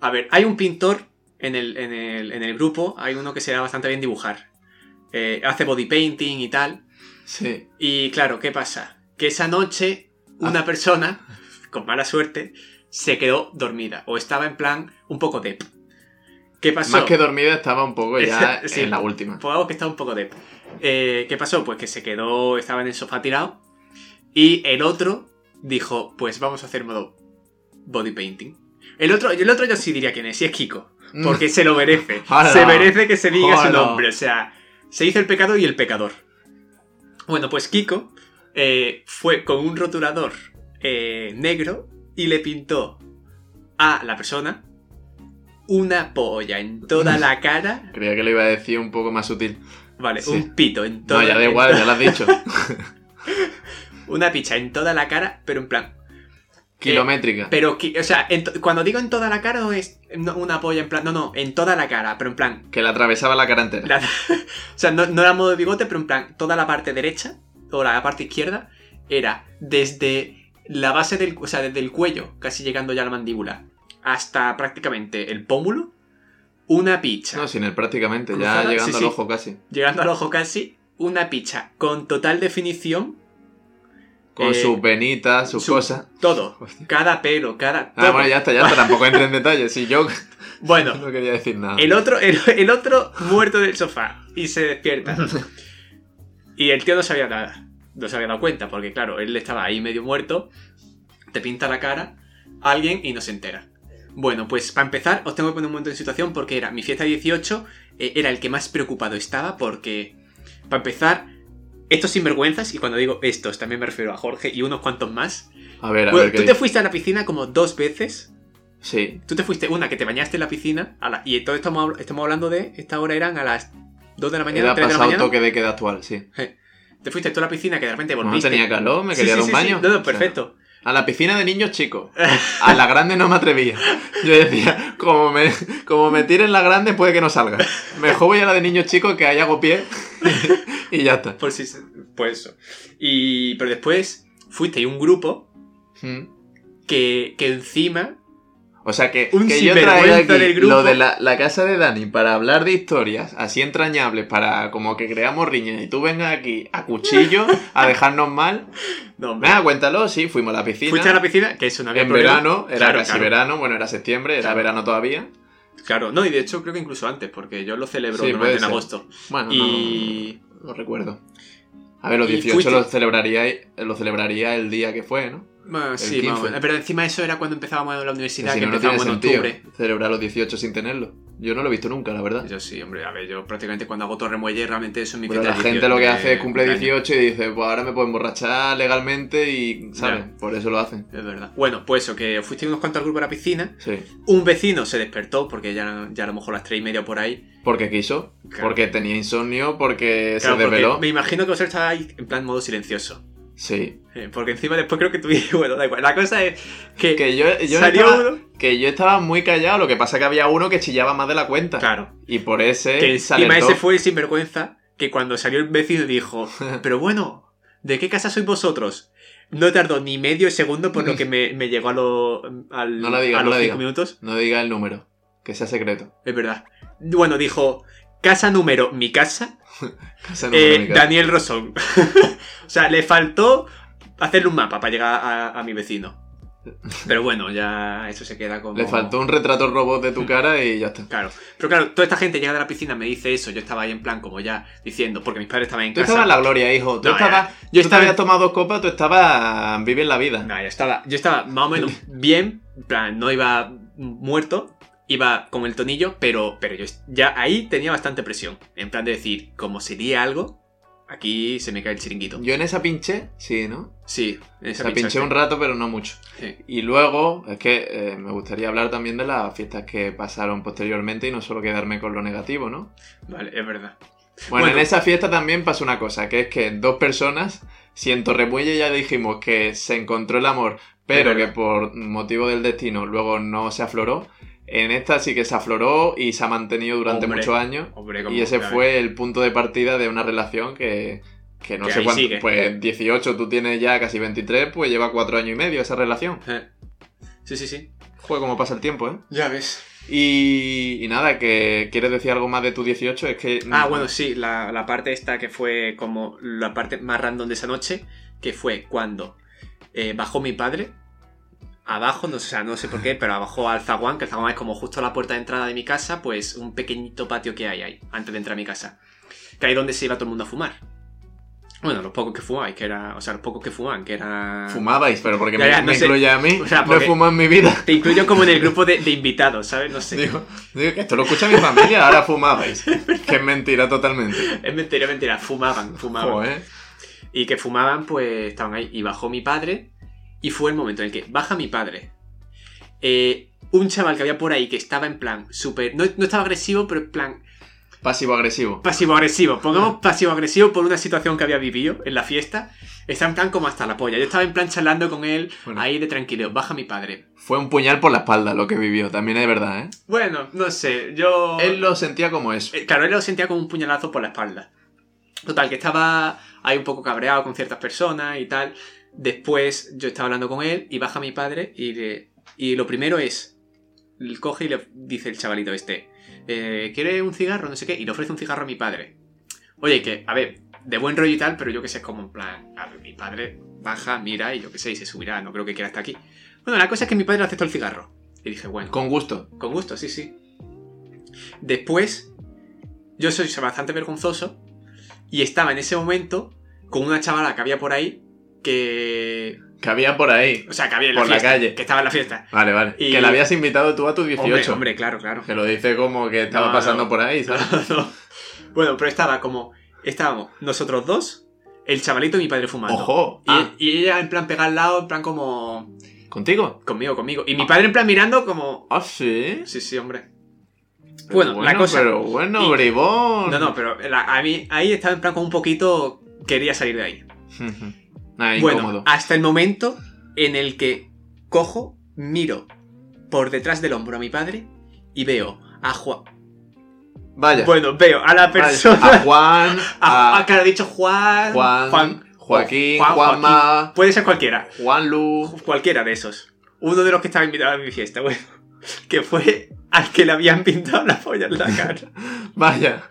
S3: A ver, hay un pintor en el, en el, en el grupo, hay uno que se da bastante bien dibujar. Eh, hace body painting y tal.
S2: Sí.
S3: Y claro, ¿qué pasa? Que esa noche una
S2: Ah.
S3: persona, con mala suerte, se quedó dormida. O estaba en plan un poco dep. ¿Qué pasó?
S2: Más que dormida estaba un poco ya
S3: Sí.
S2: en la última.
S3: Pues algo que estaba un poco dep. Eh, ¿Qué pasó? Pues que se quedó, estaba en el sofá tirado. Y el otro dijo, pues vamos a hacer modo body painting. El otro, el otro yo sí diría quién es, y es Kiko.
S2: Mm.
S3: Porque se lo merece.
S2: Ala.
S3: Se merece que se diga
S2: Ala.
S3: su nombre. O sea, se hizo el pecado y el pecador. Bueno, pues Kiko eh, fue con un rotulador eh, negro y le pintó a la persona una polla en toda la cara.
S2: Creía que lo iba a decir un poco más sutil.
S3: Vale,
S2: Sí.
S3: un pito en toda
S2: No, ya da
S3: en
S2: igual,
S3: toda-
S2: ya lo has dicho.
S3: Eh, Una picha en toda la cara, pero en plan.
S2: Kilométrica.
S3: Pero, qui- o sea, en to- cuando digo en toda la cara, no es no, una polla en plan. No, no, en toda la cara, pero en plan.
S2: Que la atravesaba la cara entera.
S3: La- o sea, no, no era modo de bigote, pero en plan, toda la parte derecha o la parte izquierda era desde la base del, o sea, desde el cuello, casi llegando ya a la mandíbula, hasta prácticamente el pómulo, una picha.
S2: No, sin él prácticamente, ya
S3: Cruzada,
S2: llegando
S3: sí,
S2: al
S3: sí.
S2: ojo casi.
S3: Llegando al ojo casi, una picha con total definición.
S2: Con
S3: Eh,
S2: sus venitas, sus
S3: su-
S2: cosas.
S3: Todo, cada pelo, cada.
S2: Ah,
S3: todo.
S2: bueno, ya está, ya está, tampoco entré en detalle. Si yo
S3: Bueno,
S2: no quería decir nada.
S3: El otro, el, el otro muerto del sofá y se despierta. Y el tío no se había dado, no se había dado cuenta, porque claro, él estaba ahí medio muerto, te pinta la cara alguien y no se entera. Bueno, pues para empezar, os tengo que poner un momento en situación porque era mi fiesta de 18, eh, era el que más preocupado estaba porque, para empezar, estos sinvergüenzas, y cuando digo estos también me refiero a Jorge y unos cuantos más,
S2: A ver, a
S3: bueno,
S2: ver qué
S3: tú te
S2: dice.
S3: fuiste a la piscina como dos veces
S2: Sí,
S3: Tú te fuiste, una, que te bañaste en la piscina, a la- y entonces estamos, habl- estamos hablando de, esta hora eran a las 2 de la mañana,
S2: era
S3: 3 de la
S2: pasado
S3: mañana.
S2: toque de queda actual, sí.
S3: Te fuiste tú a la piscina que de repente
S2: Como No
S3: volviste.
S2: tenía calor, me
S3: Sí,
S2: quería dar
S3: sí,
S2: un
S3: sí, sí.
S2: baño.
S3: No,
S2: O sea,
S3: no, perfecto.
S2: A la piscina de niños chicos. A la grande no me atrevía. Yo decía, como me, como me tiren la grande puede que no salga. Mejor voy a la de niños chicos que ahí hago pie. y ya está.
S3: Por si se- pues eso. Y, pero después fuiste y un grupo
S2: Mm.
S3: que, que encima.
S2: O sea que,
S3: Un
S2: que yo traía
S3: sinvergüenza
S2: aquí
S3: del grupo.
S2: lo de la, la casa de Dani para hablar de historias así entrañables, para como que creamos riñas y tú vengas aquí a cuchillo a dejarnos mal.
S3: No, hombre.
S2: Venga, cuéntalo, sí, fuimos a la piscina.
S3: fuiste a la piscina, que eso no había
S2: en
S3: problema.
S2: verano, era
S3: Claro,
S2: casi
S3: claro,
S2: verano, bueno, era septiembre, era
S3: Claro.
S2: verano todavía.
S3: Claro, no, y de hecho creo que incluso antes, porque yo lo celebro
S2: Sí, puede
S3: normalmente en
S2: ser.
S3: agosto.
S2: Bueno, no-
S3: Y.
S2: No recuerdo. A ver, los
S3: Y
S2: 18
S3: fuiste-
S2: lo celebraría, lo celebraría el día que fue, ¿no?
S3: Bueno, Ah, sí, más o
S2: 15.
S3: menos. pero encima eso era cuando empezábamos la
S2: Que
S3: universidad,
S2: si
S3: que
S2: no, no tiene
S3: empezábamos en
S2: sentido
S3: octubre.
S2: celebrar los 18 sin tenerlo. Yo no lo he visto nunca, la verdad.
S3: Yo sí, hombre, a ver, yo prácticamente cuando hago torremuelle realmente eso es mi
S2: Pero la
S3: fiesta de
S2: gente lo que
S3: 18,
S2: hace es cumple
S3: cumpleaños.
S2: 18 y dice, pues ahora me puedo emborrachar legalmente y, ¿sabes? Por eso lo hacen.
S3: Es verdad. Bueno, pues eso, que fuiste unos cuantos al grupo a la piscina.
S2: Sí.
S3: Un vecino se despertó, porque ya, ya a lo mejor a las tres y media por ahí.
S2: Porque quiso,
S3: Claro.
S2: porque tenía insomnio, porque
S3: Claro,
S2: se
S3: porque
S2: desveló.
S3: me imagino que vosotros estabais en plan modo silencioso.
S2: Sí.
S3: Eh, Porque encima después creo que tuviste. Bueno, da igual. La cosa es que,
S2: Que yo, yo no
S3: salió
S2: estaba,
S3: uno.
S2: que yo estaba muy callado, lo que pasa que había uno que chillaba más de la cuenta.
S3: Claro.
S2: Y por ese.
S3: Que
S2: se
S3: encima
S2: alertó.
S3: ese fue el sinvergüenza que cuando salió el vecino dijo: Pero bueno, ¿de qué casa sois vosotros? No tardó ni medio segundo, por lo que me, me llegó a, lo- al-
S2: No la diga,
S3: a
S2: no
S3: los
S2: la
S3: cinco
S2: diga.
S3: minutos.
S2: No diga el número, que sea secreto.
S3: Es verdad. Bueno, dijo: Casa número, mi casa,
S2: Que sea
S3: eh,
S2: número único.
S3: Daniel Rosón. o sea, le faltó hacerle un mapa para llegar a, a mi vecino. Pero bueno, ya eso se queda como.
S2: Le faltó un retrato robot de tu cara y ya está.
S3: Claro, pero claro, toda esta gente llega de la piscina, me dice eso, yo estaba ahí en plan como ya diciendo, porque mis padres estaban en
S2: Tú
S3: casa.
S2: estabas en la gloria, hijo. Tú
S3: No, ya.
S2: estabas.
S3: Yo
S2: tú te
S3: estaba-
S2: habías tomado dos copas, tú estabas. Vive la vida.
S3: No, yo estaba, yo estaba más o menos bien, en plan, no iba muerto, iba con el tonillo, pero, pero yo ya ahí tenía bastante presión, en plan de decir, como sería algo, aquí se me cae el chiringuito.
S2: Yo en esa pinché, sí, ¿no?
S3: Sí,
S2: Se
S3: esa
S2: la pinché un rato, pero no mucho.
S3: Sí.
S2: Y luego, es que eh, me gustaría hablar también de las fiestas que pasaron posteriormente y no solo quedarme con lo negativo, ¿no?
S3: Vale, es verdad.
S2: Bueno,
S3: Bueno.
S2: en esa fiesta también pasó una cosa, que es que dos personas, si en Torremuelle ya dijimos que se encontró el amor, pero
S3: Es
S2: que
S3: verdad.
S2: por motivo del destino luego no se afloró, en esta sí que se afloró y se ha mantenido durante
S3: Hombre.
S2: muchos años.
S3: Hombre, como-
S2: Y ese
S3: claro.
S2: fue el punto de partida de una relación que, que no
S3: Que
S2: sé
S3: ahí
S2: cuánto.
S3: sigue.
S2: Pues 18, tú tienes ya casi 23, pues lleva 4 años y medio esa relación.
S3: Eh. Sí, sí, sí.
S2: Joder, cómo pasa el tiempo, ¿eh?
S3: Ya ves.
S2: Y, y nada, que quieres decir algo más de tu 18, es que...
S3: Ah, bueno, sí, la, la parte esta que fue como la parte más random de esa noche, que fue cuando eh, bajó mi padre, abajo, no sé, o sea, no sé por qué, pero abajo al zaguán, que el zaguán es como justo a la puerta de entrada de mi casa, pues un pequeñito patio que hay ahí, antes de entrar a mi casa, que ahí donde se iba todo el mundo a fumar. Bueno, los pocos que fumáis, que era, o sea, los pocos que fuman, que era...
S2: Fumabais, pero porque
S3: Ya,
S2: me,
S3: ya, no
S2: me
S3: sé.
S2: incluye a mí,
S3: O sea,
S2: no
S3: porque-
S2: he fumado en mi vida.
S3: Te incluyo como en el grupo de, de invitados, ¿sabes? No sé.
S2: Digo, digo que esto lo escucha mi familia, ahora fumabais. que es mentira totalmente. eh.
S3: Es mentira, mentira, fumaban, fumaban.
S2: Joder.
S3: y que fumaban, pues estaban ahí. Y bajó mi padre. Y fue el momento en el que baja mi padre. Eh, un chaval que había por ahí que estaba en plan súper. No, no estaba agresivo, pero en plan
S2: Pasivo-agresivo.
S3: pasivo-agresivo. Pongamos pasivo-agresivo por una situación que había vivido en la fiesta. Estaba en plan como hasta la polla. Yo estaba en plan charlando con él
S2: Bueno.
S3: ahí de tranquilo. Baja mi padre.
S2: Fue un puñal por la espalda lo que vivió, también es verdad, ¿eh?
S3: Bueno, no sé. Yo.
S2: Él lo sentía como eso.
S3: Eh, Claro, él lo sentía como un puñalazo por la espalda. Total, que estaba ahí un poco cabreado con ciertas personas y tal. Después yo estaba hablando con él y baja mi padre y, le- y lo primero es, l- coge y le dice el chavalito este, eh, ¿quiere un cigarro? No sé qué, y le ofrece un cigarro a mi padre. Oye, que, a ver, de buen rollo y tal, pero yo que sé, es como en plan, a ver, mi padre baja, mira y yo que sé, y se subirá, no creo que quiera hasta aquí. Bueno, la cosa es que mi padre le aceptó el cigarro. Y dije, bueno,
S2: Con gusto.
S3: con gusto, sí, sí. Después, yo soy bastante vergonzoso y estaba en ese momento con una chavala que había por ahí que.
S2: Que había por ahí.
S3: O sea, que había en la
S2: Por la
S3: fiesta,
S2: calle.
S3: Que estaba en la fiesta.
S2: Vale, vale.
S3: Y-
S2: Que la habías invitado tú a tus 18.
S3: Hombre, hombre, claro, claro.
S2: Que lo dice como que estaba
S3: No,
S2: pasando
S3: no.
S2: por ahí, ¿sabes?
S3: No. Bueno, pero estaba como. Estábamos nosotros dos, el chavalito y mi padre fumando.
S2: ¡Ojo!
S3: Y,
S2: Ah,
S3: y ella en plan pegada al lado, en plan como.
S2: ¿Contigo?
S3: Conmigo, conmigo. Y mi padre en plan mirando como.
S2: Ah, sí.
S3: Sí, sí, hombre.
S2: Pero
S3: Bueno, la cosa-
S2: Pero bueno,
S3: y-
S2: bribón.
S3: No, no, pero la- a mí ahí estaba en plan como un poquito. Quería salir de ahí.
S2: Nada,
S3: bueno, ah,
S2: incómodo.
S3: hasta el momento en el que cojo, miro por detrás del hombro a mi padre y veo a Juan.
S2: Vaya.
S3: Bueno, veo a la
S2: vaya.
S3: persona.
S2: A Juan,
S3: A,
S2: a,
S3: a- claro, he dicho Juan.
S2: Juan, Joaquín,
S3: Juan,
S2: Juanma,
S3: Puede ser cualquiera.
S2: Juan Luz.
S3: Cualquiera de esos. Uno de los que estaba invitado a mi fiesta, bueno. Que fue al que le habían pintado la polla en la cara.
S2: Vaya,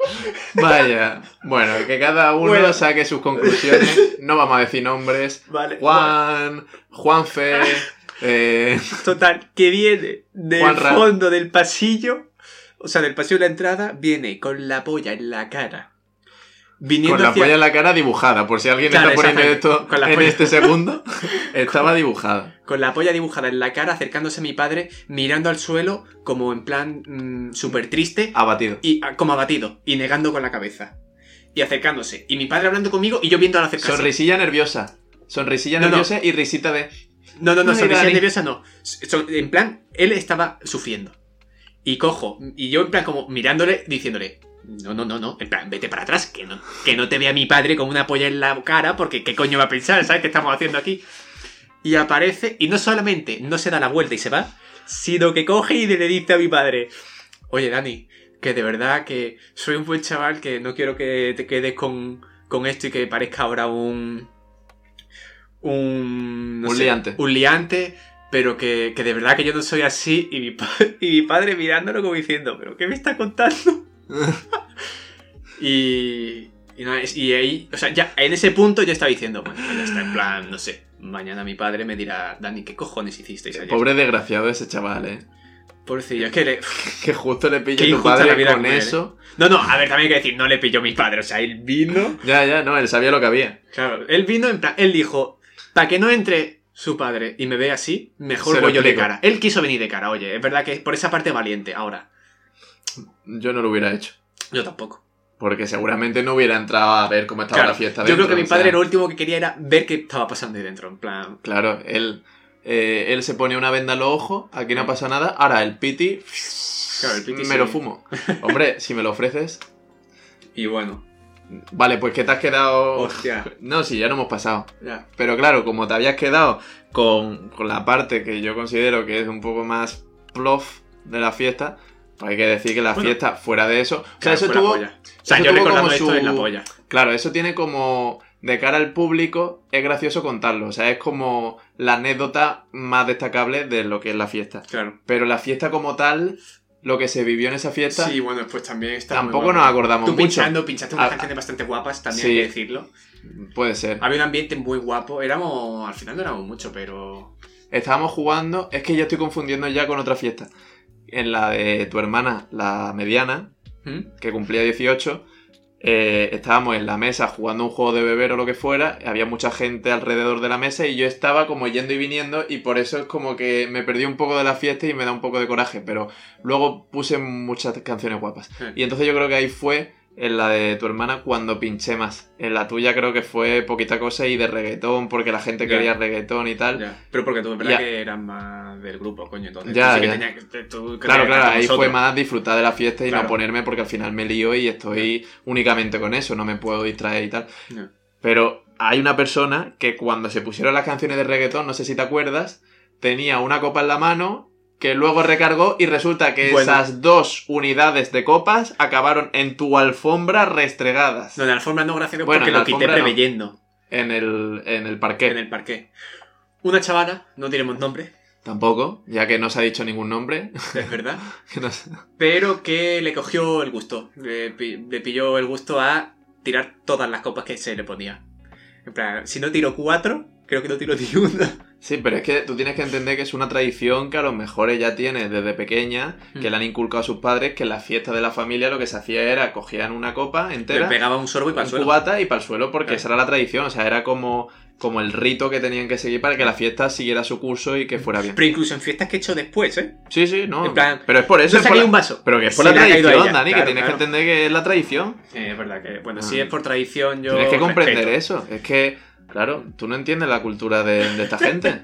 S2: vaya. Bueno, que cada uno
S3: Bueno.
S2: saque sus conclusiones. No vamos a decir nombres.
S3: Vale.
S2: Juan, Juanfe, eh,
S3: Total, que viene del
S2: Juanra.
S3: fondo del pasillo, o sea, del pasillo de la entrada, viene con la polla en la cara. Viniendo
S2: con la
S3: hacia-
S2: polla en la cara dibujada. Por si alguien
S3: Claro,
S2: está poniendo
S3: exactamente.
S2: esto
S3: Con la
S2: en
S3: polla.
S2: este segundo, estaba dibujada.
S3: con la polla dibujada en la cara, acercándose a mi padre, mirando al suelo como en plan mm, súper triste
S2: Abatido.
S3: y ah, como abatido, y negando con la cabeza. Y acercándose. Y mi padre hablando conmigo y yo viendo al acercarse.
S2: Sonrisilla nerviosa. Sonrisilla
S3: Este No, no.
S2: nerviosa y risita de.
S3: No, no, no,
S2: Ay,
S3: sonrisilla
S2: Dani.
S3: nerviosa no. So- en plan, él estaba sufriendo. Y cojo, y yo en plan como mirándole, diciéndole, No, no, no, no. En plan, vete para atrás, que no, que no te vea mi padre con una polla en la cara, porque qué coño va a pensar, ¿sabes? ¿Qué estamos haciendo aquí? Y aparece, y no solamente no se da la vuelta y se va, sino que coge y le dice a mi padre, oye Dani, que de verdad que soy un buen chaval, que no quiero que te quedes con, con esto y que parezca ahora un... Un... no
S2: Un
S3: sé,
S2: liante.
S3: Un liante, pero que, que de verdad que yo no soy así. Y mi, pa- y mi padre mirándolo como diciendo, pero ¿qué me está contando? y... Y, nada, es- y ahí, o sea, ya en ese punto yo estaba diciendo, bueno, ya está, en plan, no sé, mañana mi padre me dirá, Dani, ¿qué cojones hicisteis ayer?
S2: Pobre desgraciado ese chaval, ¿eh?
S3: Pobrecillo, es que le,
S2: Que justo le pilla
S3: Qué
S2: tu
S3: injusta la
S2: padre
S3: vida eh.
S2: con
S3: con él,
S2: eso.
S3: No, no, a ver, también hay que decir, no le pilló mi padre, o sea, él vino.
S2: Ya, ya, no, él sabía lo que había.
S3: Claro, él vino en plan, él dijo, para que no entre su padre y me vea así, mejor
S2: Se lo
S3: voy yo de
S2: explico.
S3: cara. Él quiso venir de cara, oye, es verdad que por esa parte valiente, ahora,
S2: Yo no lo hubiera hecho.
S3: yo tampoco.
S2: Porque seguramente no hubiera entrado a ver cómo estaba
S3: Claro,
S2: la fiesta.
S3: yo creo
S2: dentro,
S3: que mi
S2: o sea,
S3: padre lo último que quería era ver qué estaba pasando ahí dentro, en plan,
S2: Claro, él, eh, él se pone una venda en los ojos, aquí no pasa nada. Ahora el piti,
S3: claro, el piti
S2: me
S3: se-
S2: lo fumo. Hombre, si me lo ofreces.
S3: Y bueno,
S2: Vale, pues que te has quedado.
S3: hostia,
S2: No, sí, ya no hemos pasado.
S3: ya.
S2: Pero claro, como te habías quedado con, con la parte que yo considero que es un poco más plof de la fiesta, pues hay que decir que la
S3: Bueno.
S2: fiesta fuera de eso. O sea,
S3: Claro,
S2: eso
S3: fue la
S2: tuvo.
S3: polla. O sea,
S2: eso
S3: yo
S2: tuvo
S3: recordando
S2: como
S3: esto
S2: su-
S3: es la polla.
S2: Claro, eso tiene como. De cara al público, es gracioso contarlo. O sea, es como la anécdota más destacable de lo que es la fiesta.
S3: Claro.
S2: Pero la fiesta como tal, lo que se vivió en esa fiesta,
S3: Sí, bueno, pues también está muy
S2: tampoco
S3: guapo.
S2: nos acordamos
S3: Tú
S2: mucho.
S3: pinchando, pinchaste unas
S2: Ah,
S3: canciones bastante guapas, también
S2: sí.
S3: hay que decirlo.
S2: Puede ser.
S3: Había un ambiente muy guapo. Éramos. Al final no éramos mucho, pero.
S2: Estábamos jugando, es que ya estoy confundiendo ya con otra fiesta. En la de tu hermana, la mediana,
S3: ¿Mm?
S2: que cumplía 18, eh, estábamos en la mesa jugando un juego de beber o lo que fuera, había mucha gente alrededor de la mesa y yo estaba como yendo y viniendo y por eso es como que me perdí un poco de la fiesta y me da un poco de coraje, pero luego puse muchas canciones guapas.
S3: Eh,
S2: Y entonces yo creo que ahí fue en la de tu hermana cuando pinché más. En la tuya creo que fue poquita cosa y de reggaetón, porque la gente
S3: Ya.
S2: quería reggaetón y tal.
S3: Ya. Pero porque tú, en verdad,
S2: Ya.
S3: que eras más del grupo, coño. Entonces,
S2: Ya,
S3: tú sí que
S2: ya.
S3: tenía que. te- tú que
S2: Claro,
S3: te-
S2: claro,
S3: con
S2: ahí fue
S3: nosotros.
S2: más disfrutar de la fiesta y
S3: Claro.
S2: no ponerme porque al final me lío y estoy únicamente con eso, no me puedo distraer y tal.
S3: Ya.
S2: Pero hay una persona que cuando se pusieron las canciones de reggaetón, no sé si te acuerdas, tenía una copa en la mano que luego recargó y resulta que
S3: Bueno.
S2: esas dos unidades de copas acabaron en tu alfombra restregadas
S3: No, en la alfombra no, gracias a Dios,
S2: Bueno,
S3: porque
S2: en la
S3: lo quité
S2: alfombra no.
S3: preveyendo
S2: en el, en el parqué.
S3: en el parqué. Una chavala, no diremos nombre,
S2: Tampoco, ya que no se ha dicho ningún nombre.
S3: es verdad.
S2: No sé.
S3: pero que le cogió el gusto. Le, pi- le pilló el gusto a tirar todas las copas que se le ponía. En plan, si no tiro cuatro, creo que no tiro ni una.
S2: Sí, pero es que tú tienes que entender que es una tradición que a lo mejor ella tiene desde pequeña, que
S3: Mm.
S2: le han inculcado a sus padres, que en las fiestas de la familia lo que se hacía era cogían una copa
S3: Le
S2: entera,
S3: pegaba un sorbo y
S2: un
S3: pasó.
S2: cubata y para el suelo, porque
S3: Claro.
S2: esa era la tradición, o sea, era como, como el rito que tenían que seguir para que la fiesta siguiera su curso y que fuera bien.
S3: Pero incluso en fiestas que he hecho después, ¿eh?
S2: Sí, sí, no.
S3: En plan,
S2: pero es por eso,
S3: Yo
S2: es por
S3: saqué
S2: la-
S3: un vaso.
S2: pero que es
S3: Se
S2: por la
S3: le ha caído a
S2: tradición,
S3: ella,
S2: Dani,
S3: claro,
S2: que tienes
S3: claro.
S2: que entender que es la tradición.
S3: Eh, es verdad que, bueno,
S2: Ah.
S3: si es por tradición, yo.
S2: Tienes que comprender
S3: respeto.
S2: eso. Es que, claro, tú no entiendes la cultura de, de esta gente.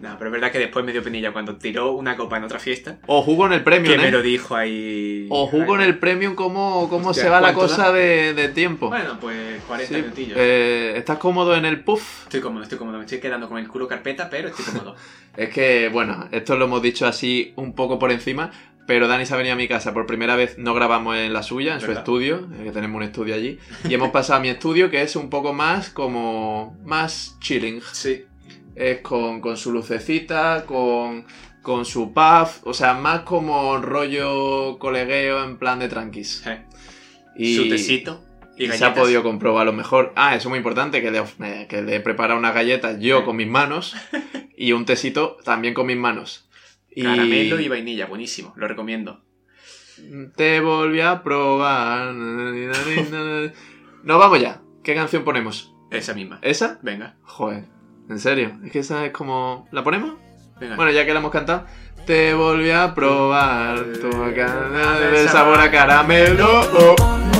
S3: No, pero es verdad que después me dio penilla cuando tiró una copa en otra fiesta.
S2: O jugo en el premio,
S3: Que me
S2: ¿eh?
S3: lo dijo ahí.
S2: O jugo en el premium, ¿cómo, cómo
S3: Hostia,
S2: se va la
S3: ¿cuánto
S2: cosa de, de tiempo?
S3: Bueno, pues 40
S2: Sí,
S3: minutillos.
S2: eh, ¿Estás cómodo en el puff?
S3: Estoy cómodo, estoy cómodo. Me estoy quedando con el culo carpeta, pero estoy cómodo.
S2: Es que, bueno, esto lo hemos dicho así un poco por encima, pero Dani se ha venido a mi casa por primera vez, no grabamos en la suya, en su
S3: ¿Verdad?
S2: estudio, eh, que tenemos un estudio allí, y hemos pasado a mi estudio que es un poco más como, más chilling,
S3: sí.
S2: es con, con su lucecita, con, con su puff, o sea, más como rollo colegueo en plan de tranquis.
S3: Eh.
S2: Y-
S3: su tecito y
S2: Y se
S3: galletas.
S2: ha podido comprobar lo mejor. Ah, eso es muy importante, que le, of- eh, que le he preparado unas galletas yo con mis manos y un tesito también con mis manos. Y
S3: Caramelo y vainilla, buenísimo, lo recomiendo.
S2: te volví a probar. Nos vamos ya. ¿Qué canción ponemos?
S3: Esa misma.
S2: ¿Esa?
S3: Venga,
S2: Joder, en serio. Es que esa es como... ¿La ponemos?
S3: venga.
S2: Bueno, ya que la hemos cantado.
S3: Eh, ah,
S2: Te volví a probar tu cara de sabor a caramelo. Oh, oh,